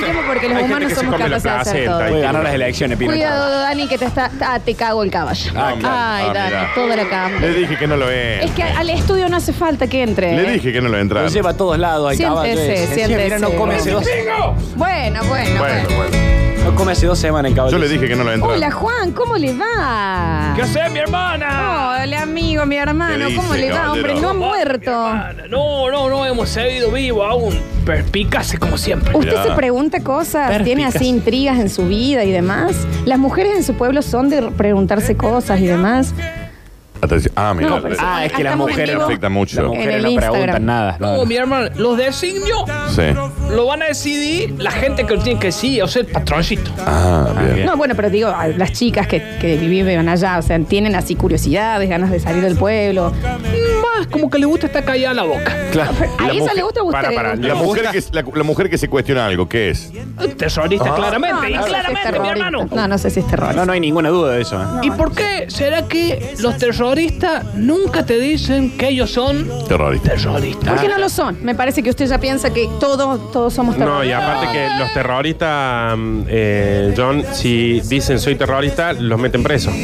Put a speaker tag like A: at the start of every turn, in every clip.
A: extremo porque los
B: Hay gente
A: humanos
B: que se
A: somos
B: come la
A: capaces de hacer
B: placenta,
A: todo.
B: hay
C: Puede ganar las elecciones, Pino.
A: Cuidado, Dani, que te está. ah, te cago el caballo.
B: Ah, claro.
A: Ay,
B: Ah,
A: Dani,
B: mirá.
A: toda la cama.
B: Le dije que no lo es.
A: Es que al estudio no hace falta que entre.
B: Le
A: ¿eh?
B: dije que no lo entra.
C: Lo lleva a todos lados, hay
A: Siéntese,
C: caballo. ese. Decía,
A: siéntese.
C: Mira, no come hace dos,
A: Bueno, bueno, bueno.
B: Bueno, bueno.
C: no come hace dos semanas el caballo.
B: Yo le dije que no lo entra.
A: Hola, Juan, ¿cómo le va?
D: ¿Qué haces, mi hermana?
A: Hola, amigo, mi hermano,
B: ¿Qué
A: ¿cómo
B: dice,
A: le va, hombre?
B: caballero?
A: No ha
B: ¿Cómo
A: muerto.
D: No, no, no hemos seguido vivo aún. Perpicace como siempre.
A: Usted
B: Mirá.
A: se pregunta cosas,
D: Perspicaz.
A: tiene así intrigas en su vida y demás. Las mujeres en su pueblo son de preguntarse cosas y demás.
B: Atención. Ah, mira.
A: No, pues, pero-
C: Ah, es que las
A: Estamos en
C: mujeres
A: vivo.
B: Afecta mucho.
C: Las
A: En
C: mujeres
A: el
C: no
A: Instagram.
C: preguntan nada.
D: No, mi hermana, los designios
B: Sí.
D: lo van a decidir la gente que lo tiene que decidir, o sea, el patroncito.
B: Ah, bien.
A: No, bueno, pero digo, a las chicas que, que viven allá, o sea, tienen así curiosidades, ganas de salir del pueblo. Mm,
D: Más como que le gusta estar callada la boca.
C: Claro.
A: A
B: La
A: ella
B: mujer-
A: le gusta a usted.
B: Para, para. La mujer, que, la, la mujer que se cuestiona algo, ¿qué es?
D: Un Terrorista,
A: No,
D: claramente.
A: Ah. no
D: y
A: sé si es
D: claramente, mi
A: terrorista.
D: hermano.
A: No, no sé si es terrorista.
C: No, no hay ninguna duda de eso. ¿eh?
D: ¿Y por qué será que los terroristas nunca te dicen que ellos son
B: Terrorista.
D: terroristas?
A: ¿Por qué no lo son? Me parece que usted ya piensa que todos, todos somos
E: No, y
A: terroristas.
E: aparte que los terroristas, mm, eh, John, si dicen soy terrorista, los meten presos.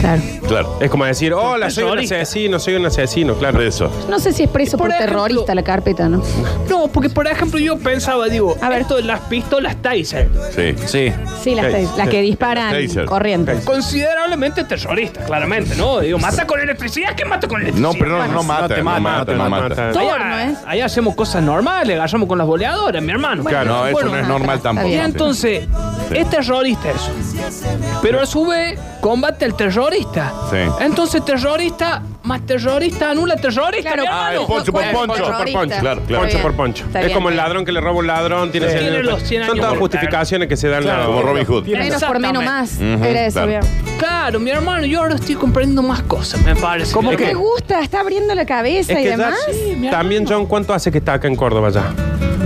A: Claro.
B: Claro.
E: Es como decir, hola, soy un
D: Terrorista.
E: asesino, soy un asesino, claro.
B: Preso.
A: No sé si es preso por,
D: Por ejemplo-
A: terrorista la carpeta, ¿no?
D: No, porque por ejemplo yo pensaba, digo, a ver, esto de las pistolas Tyser,
B: Sí.
C: Sí.
A: Sí, las,
E: Ok.
A: te- las que disparan
B: Taser.
A: corrientes.
D: considerablemente terrorista, claramente, ¿no? Digo, mata con electricidad, ¿qué mata con electricidad?
B: No, pero no, no
C: no
B: mata,
C: te
B: no
C: mata, no
B: mata,
C: te
B: no
E: mata.
B: mata.
A: Todo, ¿no
D: Allá,
A: es?
D: ahí hagamos cosas normales, agarramos con las boleadoras, mi hermano.
B: Claro, no, eso
D: Bueno,
B: no es
A: no,
B: normal
A: está
B: tampoco.
A: bien.
D: Y entonces, es terrorista eso. Pero a su vez, combate al terrorista.
B: Sí.
D: Entonces, terrorista más terrorista anula terrorista, mi
B: Ah,
D: hermano.
B: el poncho por
A: Claro,
B: poncho, por
A: terrorista.
B: poncho, claro,
A: Está
B: claro.
E: Poncho
A: bien,
E: por poncho.
A: está
E: Es
A: bien,
E: como el
A: está bien.
E: ladrón que le roba a un ladrón, tiene
D: Tiene
E: 100
D: los 100
E: Son
D: años
E: todas
D: por tener.
E: justificaciones que se dan.
C: Claro,
E: la-
B: Como Robin Hood.
A: bien. Menos por menos más.
B: Ujú,
A: Era eso,
B: claro.
A: bien.
D: Claro, mi hermano, yo ahora estoy comprando más cosas, me parece.
C: ¿Cómo
D: Es
C: que?
A: Me gusta, está abriendo la cabeza
E: Es
A: y
E: que ya,
A: demás.
D: mi
E: también, John, ¿cuánto hace que está acá en Córdoba ya?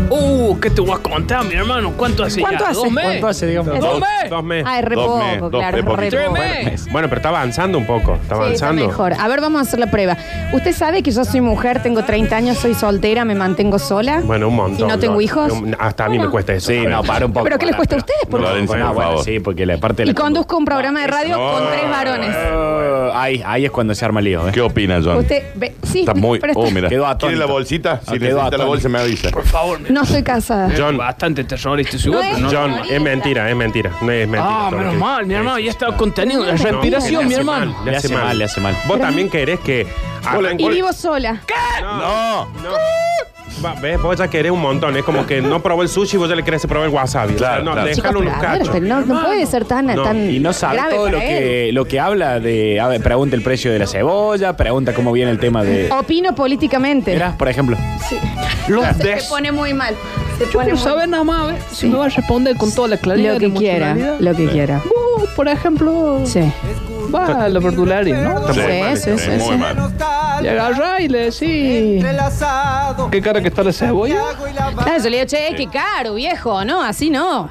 D: Uh, ¿qué te voy a contar, mi hermano? ¿Cuánto hace
A: ¿Cuánto
D: ya?
A: hace?
D: ¿Dos meses?
C: ¿Cuánto hace, digamos?
D: ¿Dos,
A: Dos-
D: meses?
E: Dos meses.
A: Ah, es re
B: Dos
A: poco,
B: meses, dos
A: claro, es
B: meses,
A: re
D: ¿Tres
A: poco.
D: meses?
E: Bueno, pero está avanzando un poco. Está
A: Sí, está
E: avanzando.
A: mejor. A ver, vamos a hacer la prueba. Usted sabe que yo soy mujer, tengo 30 años, soy soltera, me mantengo sola.
E: Bueno, un montón.
A: Y no tengo
E: John.
A: hijos.
E: Un- Hasta a mí
A: Bueno.
E: me cuesta eso.
C: Sí, no, para un poco.
A: ¿Pero qué les cuesta a ustedes, por
B: No,
A: favor?
B: Lorenzo,
C: Bueno,
B: por
C: bueno,
B: favor.
C: sí, porque la parte de la Ah.
A: Y conduzco un programa de radio
B: No,
A: con tres
B: no,
A: varones.
C: Eh, ahí, ahí es cuando se arma el lío. ¿eh?
B: ¿Qué opina, John?
A: Usted, ve- sí,
B: Está muy.
A: pero
B: Oh,
A: está-
B: mira.
C: Quedó
B: ¿Quiere
C: atónito.
B: la bolsita?
C: Ah,
B: Si
C: quedó
B: necesita la
C: atónito.
B: bolsa, me avisa.
D: Por favor, mi
A: no estoy casada.
E: John.
D: Eh, Bastante terrorista, seguro.
A: No
D: pero
A: es-
D: Pues no-
E: John, es mentira, es mentira. No es mentira.
D: Ah,
E: todo lo
D: menos
E: que-
D: mal, mi hermano. Ya está contenido la
A: No,
D: respiración, mi hermano.
E: Le hace mal,
C: le hace mal.
E: Vos también querés que.
B: Hola,
A: Y vivo sola.
B: No.
E: No. Va, ¿Ves? Vos ya querés un montón. Es como que no probó el sushi y vos ya le querés probar el wasabi. O sea,
B: Claro,
E: no,
B: claro.
A: Chicos,
E: déjalo
A: pero
E: un
A: a ver,
E: cacho.
A: pero no, no puede ser tan,
E: No,
A: tan
C: Y no sabe
A: grave
C: todo lo
A: para él.
C: que, lo que habla de. A ver, pregunta el precio de la cebolla, pregunta cómo viene el tema
E: eh,
C: de.
A: Opino políticamente.
C: Mirá, por ejemplo.
A: Sí.
D: Los
A: Se,
D: des-
A: se pone muy mal. Se
D: Yo
A: pone
D: quiero
A: muy
D: saber nada más a ver, si me va a responder con toda la
A: Lo
D: claridad. y
A: que
D: la
A: quiera,
D: emocionalidad.
A: lo que quiera.
D: Vos, por ejemplo,
A: Sí.
D: va a la verdularia, ¿no?
A: Sí, sí, sí,
B: muy
A: sí.
B: mal.
D: Y agarrá y le decís. ¿Qué cara que está la cebolla?
A: Claro, yo le digo, che, qué caro, viejo, ¿no? Así no.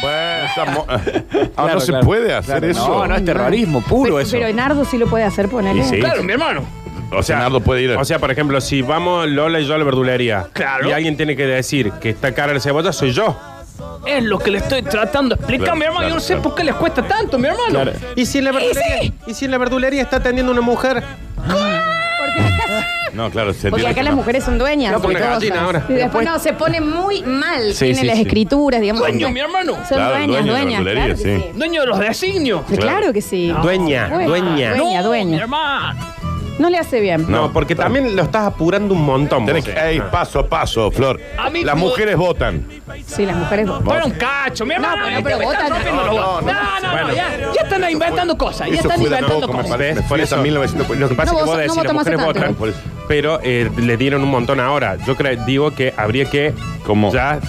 B: Bueno, está mo- Ah,
C: Claro,
B: no se
C: claro.
B: puede hacer
C: Claro,
B: eso.
C: No, no es terrorismo puro
A: pero,
C: eso.
A: pero Nardo sí lo puede hacer, ponerle.
C: Y sí.
D: Claro, mi hermano.
B: O sea, Nardo puede ir.
E: O sea, por ejemplo, si vamos Lola y yo a la verdulería
D: Claro.
E: y alguien tiene que decir que está cara la cebolla, soy yo.
D: Es lo que le estoy tratando de explicar,
B: Claro,
D: mi hermano. Yo
B: claro,
D: no sé
B: claro.
D: por qué les cuesta tanto, mi hermano.
C: Claro.
E: ¿Y si en la verdulería, y si en la verdulería está atendiendo una mujer?
B: no, claro, se
A: Porque
B: entiende
A: acá
B: que
A: las
B: no.
A: mujeres son dueñas.
E: No, porque
A: de cosas.
E: gallina ahora.
A: Y después no, se pone muy mal.
C: Sí,
A: Tienen
C: sí,
A: las
C: sí.
A: escrituras, digamos.
D: Dueño, mi hermano.
A: Son
B: Claro,
A: dueñas,
B: dueño de la
A: dueñas.
B: verdulería,
A: Claro, que
B: sí.
A: sí.
D: Dueño de los designios.
A: Claro.
B: Claro.
A: que sí.
E: Dueña,
A: Bueno,
E: dueña.
A: Dueña,
D: No,
A: dueña.
D: Mi hermano.
A: No le hace bien.
E: No, porque también lo estás apurando un montón.
B: Tenés
E: vos. Ah.
B: que- ey, paso a paso, Flor.
D: A mí
B: Las
D: como-
B: mujeres votan.
A: Sí, las mujeres.
D: Para un cacho, mi hermano.
A: pero- pero
D: me
A: vos
D: estás
A: tan-
D: rompiendo los
B: No,
D: huevos.
B: no, no.
D: No, no, no,
E: Bueno.
D: ya, ya están inventando cosas. Ya
B: Eso
D: están
B: fue de a
D: inventando
B: poco, me
D: cosas.
B: parece.
E: ¿Ves?
B: Me fui
E: Por
B: hasta
E: eso.
B: 1900. Lo que
A: No,
B: pasa es
E: Pasa
B: que
A: vos-
B: vos
E: vos decís, las
A: votamos
E: mujeres
A: hace
E: votan,
B: tanto.
E: pero eh, le dieron un montón ahora. Yo cre- digo que habría que
B: ¿Cómo?
E: ya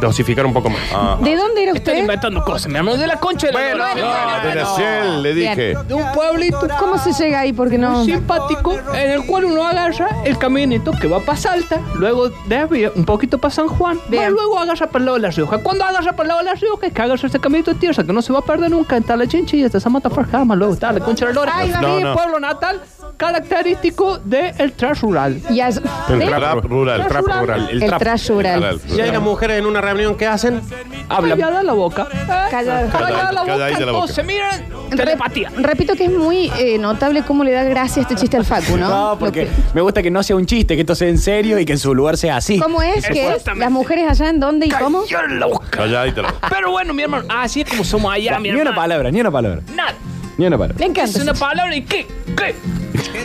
E: dosificar un poco más.
B: Ah,
A: ¿De dónde era
D: Están
A: usted?
D: inventando cosas, mi hermano. De la concha de la
B: Bueno,
D: lora.
A: bueno,
B: de la
A: bueno.
B: Shell, le
A: Bien.
B: dije.
D: De un pueblito
A: ¿Cómo se llega ahí? Porque no.
D: muy simpático en el cual uno agarra el caminito que va para Salta, luego desvía un poquito para San Juan,
A: Bien.
D: va luego agarra para el lado de La Rioja. Cuando agarra para el lado de La Rioja es que agarra este caminito de tierra que no se va a perder nunca, está la chinchilla, está Samata Farjama, luego está la Concha de la Lora.
A: Ay, va
D: Mi
B: bien.
D: pueblo natal, característico del trash rural.
A: Y as-
E: El
A: ¿Sí?
E: trap
B: Trap rural.
E: El trap rural.
A: El trash rural.
E: Y hay las mujeres en una reunión, ¿qué hacen?
D: Callada la boca. ¿eh?
A: Callada.
D: Callada la boca.
B: Calladita la boca.
D: Entonces, miren, telepatía.
A: Repito que es muy eh, notable cómo le da gracia este chiste al Facu, ¿no?
C: No,
A: Lo
C: porque
A: que-
C: me gusta que no sea un chiste, que esto sea en serio y que en su lugar sea así.
A: ¿Cómo es que
D: Exactamente.
A: las mujeres allá en dónde y cómo?
D: Callada la boca.
B: Calladita la boca.
D: Pero bueno, mi hermano, así es como somos allá, mi
C: Ni una
D: hermano.
C: palabra, ni una palabra.
D: Nada.
C: Ni una palabra.
A: Le encanta.
D: Es una palabra y qué, qué.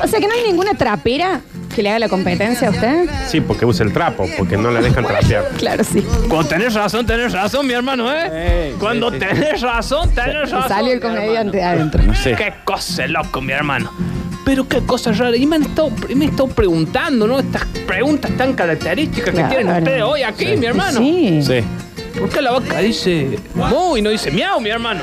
A: O sea que no hay ninguna trapera que le haga la competencia a usted.
E: Sí, porque usa el trapo, porque no la dejan trapear.
A: Claro, sí.
D: Cuando tenés razón, tenés razón, mi hermano, ¿eh?
C: Sí, sí,
D: Cuando
C: sí,
D: tenés razón, tenés razón.
A: Salió el
D: mi hermano.
A: comediante de adentro.
C: No sé.
D: Qué cosa loco, mi hermano. Pero qué cosa rara. Y me han estado, me he estado preguntando, ¿no? Estas preguntas tan características
A: Claro.
D: que tienen ustedes hoy aquí, mi hermano.
A: Sí.
C: Sí.
D: ¿Por qué la vaca dice muy y no dice miau, mi hermano?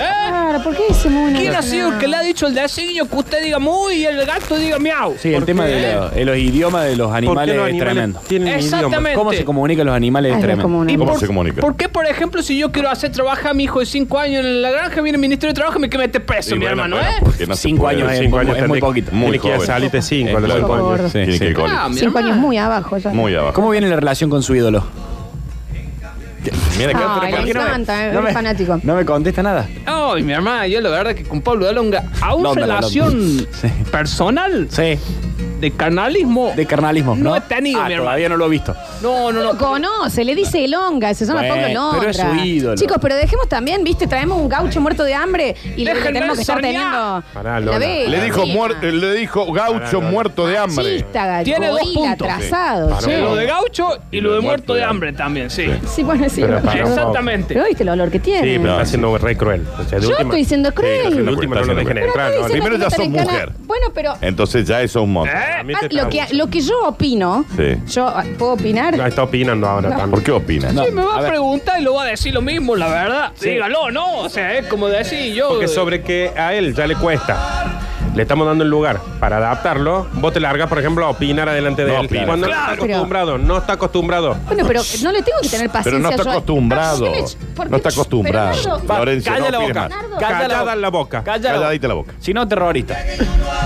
D: ¿Eh?
A: Claro, ¿por qué ese mundo?
D: ¿Quién ha sido el que le ha dicho el designio que usted diga muy y el gato diga miau?
C: Sí, el
E: ¿Por
C: tema
E: qué?
C: de, lo- de los idiomas de los
E: ¿Por qué
C: animales,
E: los animales
C: es tremendo.
E: tienen idioma?
D: Exactamente.
C: ¿Cómo se comunican los animales?
A: Ay,
C: es
A: no,
C: tremendo.
A: como una-
D: ¿Y
B: ¿Cómo
D: por,
B: se comunica?
D: ¿Por qué, por ejemplo, si yo quiero hacer trabajar a mi hijo de 5 años en la granja, viene el ministro de Trabajo y me que mete preso,
B: Sí,
D: mi
B: bueno,
D: hermano,
B: bueno, pues.
D: ¿eh?
B: porque no se
C: Cinco
B: puede.
C: años es,
E: Cinco
C: muy-
E: años
C: es muy
E: tendría-
C: poquito.
B: Muy
E: Tiene que ir a
B: joven.
E: salir de
C: Es
E: cinco.
C: muy
E: de los
A: joven.
E: años.
A: Sí,
B: Tiene que ir con-
D: Ah, mi
A: Cinco
D: hermano.
A: años muy abajo ya. Ah,
B: Muy abajo.
C: ¿Cómo viene la relación con su ídolo?
B: Mira, acá,
A: Ay,
B: pero
A: me
B: ¿por qué no me-
A: encanta, eh, es un fanático.
C: No me contesta nada.
D: Ay, mi hermana, yo la verdad que con Pablo Dalonga, a una
C: Londra,
D: relación
C: Londra. Sí.
D: personal
C: Sí.
D: de carnalismo.
C: De carnalismo.
D: No
C: No,
D: he tenido,
C: Ah,
D: mi hermano.
C: Todavía no lo he visto.
D: No, no,
A: No
D: no.
A: lo conoce, le dice el honga, se llama
C: Bueno,
A: Pablo Londra.
C: pero es su ídolo.
A: Chicos, pero dejemos también, viste, traemos un gaucho muerto de hambre y le
D: Déjenme
A: tenemos que estar
D: soñar.
A: teniendo
E: Pará,
A: la
E: Lola.
A: vela
B: Le dijo,
A: encima.
B: muer- eh, le dijo gaucho muerto de hambre.
A: Chista,
D: Tiene dos
A: gorila,
D: puntos.
A: atrasado.
E: Sí.
A: sí.
D: Lo de gaucho y lo de muerto de hambre también, sí.
A: Sí, bueno, sí.
E: Pero para-
D: Exactamente.
A: Pero viste el olor que tiene.
E: Sí, pero está siendo re cruel. O sea, de
A: Yo estoy siendo
E: Sí,
A: cruel.
E: está siendo de última no lo dejen
A: Pero
E: entrar.
A: estoy
E: ¿no?
A: diciendo
B: Primero
A: que
B: ya
A: meter
B: sos
A: en cana-
B: mujer. Eh,
A: Bueno, pero
B: Entonces ya eso es un montón.
D: ¿Eh?
E: A mí
A: ah,
E: te
A: lo, que,
E: está-
A: lo que yo opino,
B: Sí.
A: yo ah, puedo opinar.
E: Ah, Está opinando ahora también.
B: ¿Por qué opinas?
C: No.
D: Sí, me va
C: A
D: a,
C: ver.
D: preguntar y lo va a decir lo mismo, la verdad. Dígalo, ¿no? O sea, es como decir yo.
E: Porque sobre que a él ya le cuesta. Le estamos dando el lugar para adaptarlo. Vos te largas, por ejemplo, a opinar adelante de
B: No
E: él.
B: opina.
E: Cuando
D: Claro.
E: no está acostumbrado, no está acostumbrado.
A: Bueno, pero no le tengo que tener paciencia.
B: Pero no está
A: yo-
B: acostumbrado.
A: Paciencia, porque-
B: No está acostumbrado.
A: Pero, Nardo,
B: Lorenzo,
C: Calla
B: no
C: la
B: opines
C: boca.
B: más.
E: Callada la boca.
C: Calla la
B: Calladita
C: boca.
B: la boca.
C: Si no, terrorista.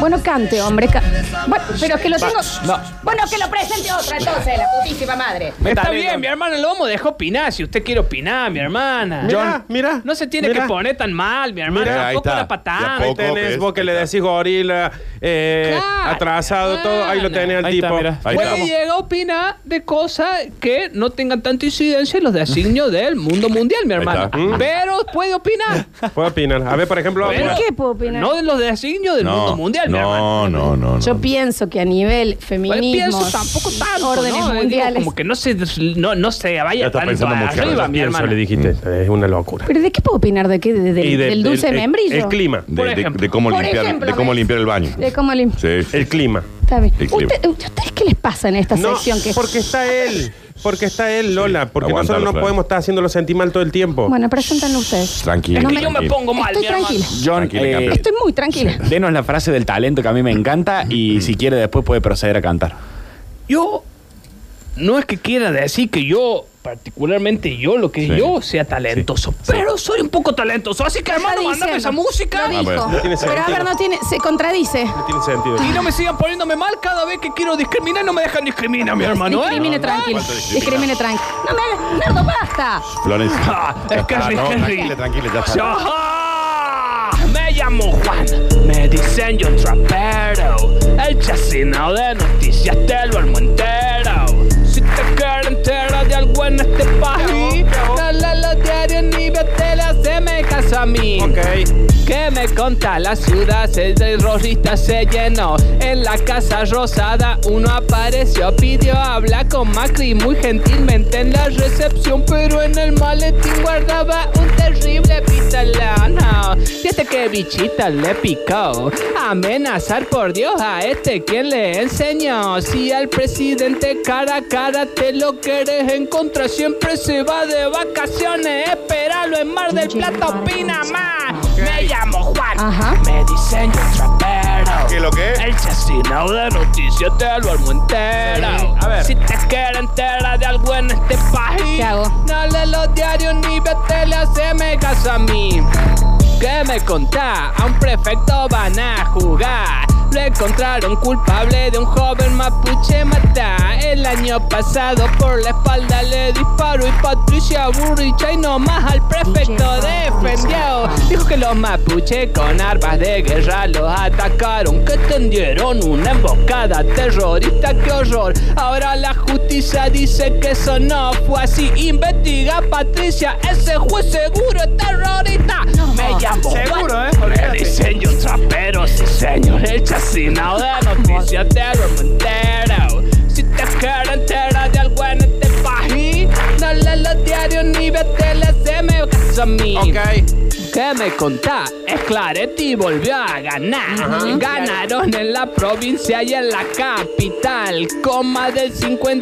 A: Bueno, cante, hombre. ca- Bueno, pero es que lo tengo.
C: no.
A: Bueno, que lo presente otra entonces, la putísima madre.
D: Está
C: Dale,
D: bien,
C: dale.
D: mi hermana Lomo dejó opinar. Si usted quiere opinar, mi hermana.
E: Mira, mira.
D: No se tiene
E: mira.
D: que poner tan mal, mi hermano.
B: Mira, ahí
D: Tampoco
B: está.
D: la patada.
B: Ya
E: Ahí
B: poco
E: tenés
B: ves,
E: vos que
B: ahí
E: le
B: está.
E: decís gorila, eh,
D: Claro,
E: atrasado, todo. Ahí lo
D: hermano.
E: tenés al
C: Ahí está,
E: tipo.
C: mira.
B: Ahí
D: Puede
B: estamos.
D: llegar a opinar de cosas que no tengan tanta incidencia en los designios del mundo mundial, mi hermano.
B: está. Mm.
D: Pero puede opinar.
E: Puedo opinar. A ver, por ejemplo,
D: Pero
E: opina.
A: qué puedo opinar?
D: No de los designios del mundo mundial, mi
B: no,
D: hermano.
B: no, no, no.
A: Yo pienso que a nivel
D: Pues
A: feminismo.
D: pienso tampoco tanto,
A: Órdenes
D: ¿no? Digo,
A: mundiales.
D: como que no se, no, no se
B: Ya
D: vaya
B: está
D: tanto
B: pensando mucho.
E: Claro,
D: arriba,
E: ya
D: mi
E: pienso,
D: hermano.
E: le dijiste. Mm. Es una locura.
A: ¿Pero de qué puedo opinar? ¿De qué? ¿De- de-
E: Y del-
A: ¿Del dulce
E: del- el-
A: membrillo?
E: El clima.
B: De,
D: Por
B: de-
D: ejemplo.
B: de cómo
A: Por
B: limpiar,
A: ejemplo,
B: de cómo
A: ¿ves?
B: limpiar el baño.
A: ¿De cómo le.?
B: Sí, sí.
E: El clima.
A: Está bien.
B: El clima.
A: Usted- ¿Ustedes qué les pasa en esta
E: No,
A: sección? Que...
E: porque está él. Porque está él, Lola. Porque
B: aguantalo,
E: nosotros no
B: Fran.
E: podemos estar haciéndolo sentir mal todo el tiempo.
A: Bueno, preséntanlo ustedes.
B: Tranquilo.
D: Es que yo
B: tranquilo.
D: Eh, me pongo mal,
A: Estoy
D: mi hermano.
A: tranquila.
C: John,
B: Tranquila,
C: eh,
B: campeón.
A: Estoy muy tranquila.
C: denos la frase del talento que a mí me encanta y si quiere después puede proceder a cantar.
D: Yo no es que quiera decir que yo, particularmente yo, lo que
B: Sí.
D: yo sea talentoso, pero soy un poco talentoso. Así que hermano,
A: Está
D: mandame
A: diciendo.
D: esa música
A: Lo
B: Ah, bueno,
A: dijo.
B: no
E: tiene
A: Pero a
E: sentido.
A: ver, no tiene. Se contradice.
E: No tiene sentido.
D: y no me sigan poniéndome mal cada vez que quiero discriminar, no me dejan discriminar, mi hermano. ¿eh?
A: Discrimine tranquilo. Discrimine tranquilo. No me hagas. Nardo, basta.
B: Florencia.
D: Ah, es que
B: Ya está,
D: es
B: no,
D: Henry.
B: tranquila, tranquila, ya está.
D: Ajá. Me llamo Juan, me dicen yo trapero, el chacino de noticias te lo armo entero. Si te quieres entera de algo en este país, dale los diarios ni vete la me casa a mí. ¿Qué me conta la ciudad? El terrorista se llenó. En la casa rosada uno apareció, pidió hablar con Macri muy gentilmente en la recepción, pero en el maletín guardaba un terrible pistolano. Desde que bichita le picó, amenazar por Dios a este quien le enseñó. Si al presidente cara a cara te lo querés encontrar, siempre se va de vacaciones. Espéralo en Mar del Plata o Pinamar. Me llamo Juan,
A: Ajá.
D: me dicen yo trapero.
B: ¿Qué lo que es?
D: El chasino de noticias te lo armo entero.
C: Sí, a ver.
D: Si te quieres enterar de algo en este país,
A: ¿Qué hago?
D: no le los diarios ni vete le haceme caso a mí. ¿Qué me contás? A un prefecto van a jugar. Lo encontraron culpable de un joven mapuche mata. El año pasado por la espalda le disparó y Patricia Burricha y nomás al prefecto defendió. Dijo que los mapuche con armas de guerra los atacaron, que tendieron una emboscada terrorista, qué horror. Ahora la justicia dice que eso no fue así. Investiga Patricia, ese juez seguro es terrorista. Me llamo
F: Seguro, ¿eh?
D: me dicen yo trapero, sí señor, el chacinado de noticias de lo entero. Si te quieres enterar de algo en este país, no lees los diarios ni ves tele, se me caso a mí. ¿Qué me contás? Es Claretti volvió a ganar. Ganaron en la provincia y en la capital. Con más del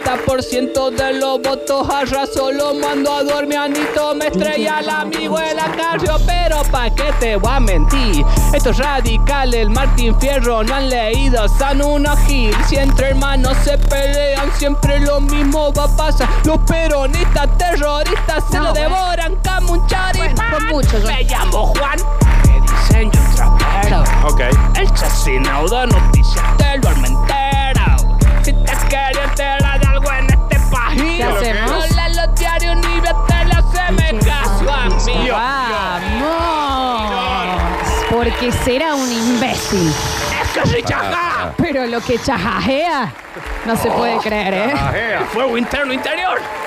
D: 50% de los votos arrasó. Lo mando a dormir, Anito. Me estrella el amigo el acarrio. Pero pa' qué te voy a mentir. Estos radicales, el Martín Fierro, no han leído. San uno Gil. Si entre hermanos se pelean, siempre lo mismo va a pasar. Los peronistas terroristas se
A: No,
D: lo
A: bueno.
D: devoran. Como un choripán.
A: Bueno, fue mucho, yo-
D: Me llamo Juan. Me dicen yo trapero.
E: Ok.
D: El chacinado de noticias te lo armentero. Si te quieres enterar de algo en este país,
A: ¿Qué hacemos?
D: no leas los diarios ni ves tele, se me caso a mí.
A: ¡Vamos! Porque será un imbécil.
D: Eso es Richaja.
A: Pero lo que chajajea no se puede creer, ¿eh?
E: Ajea.
D: Fuego interno interior.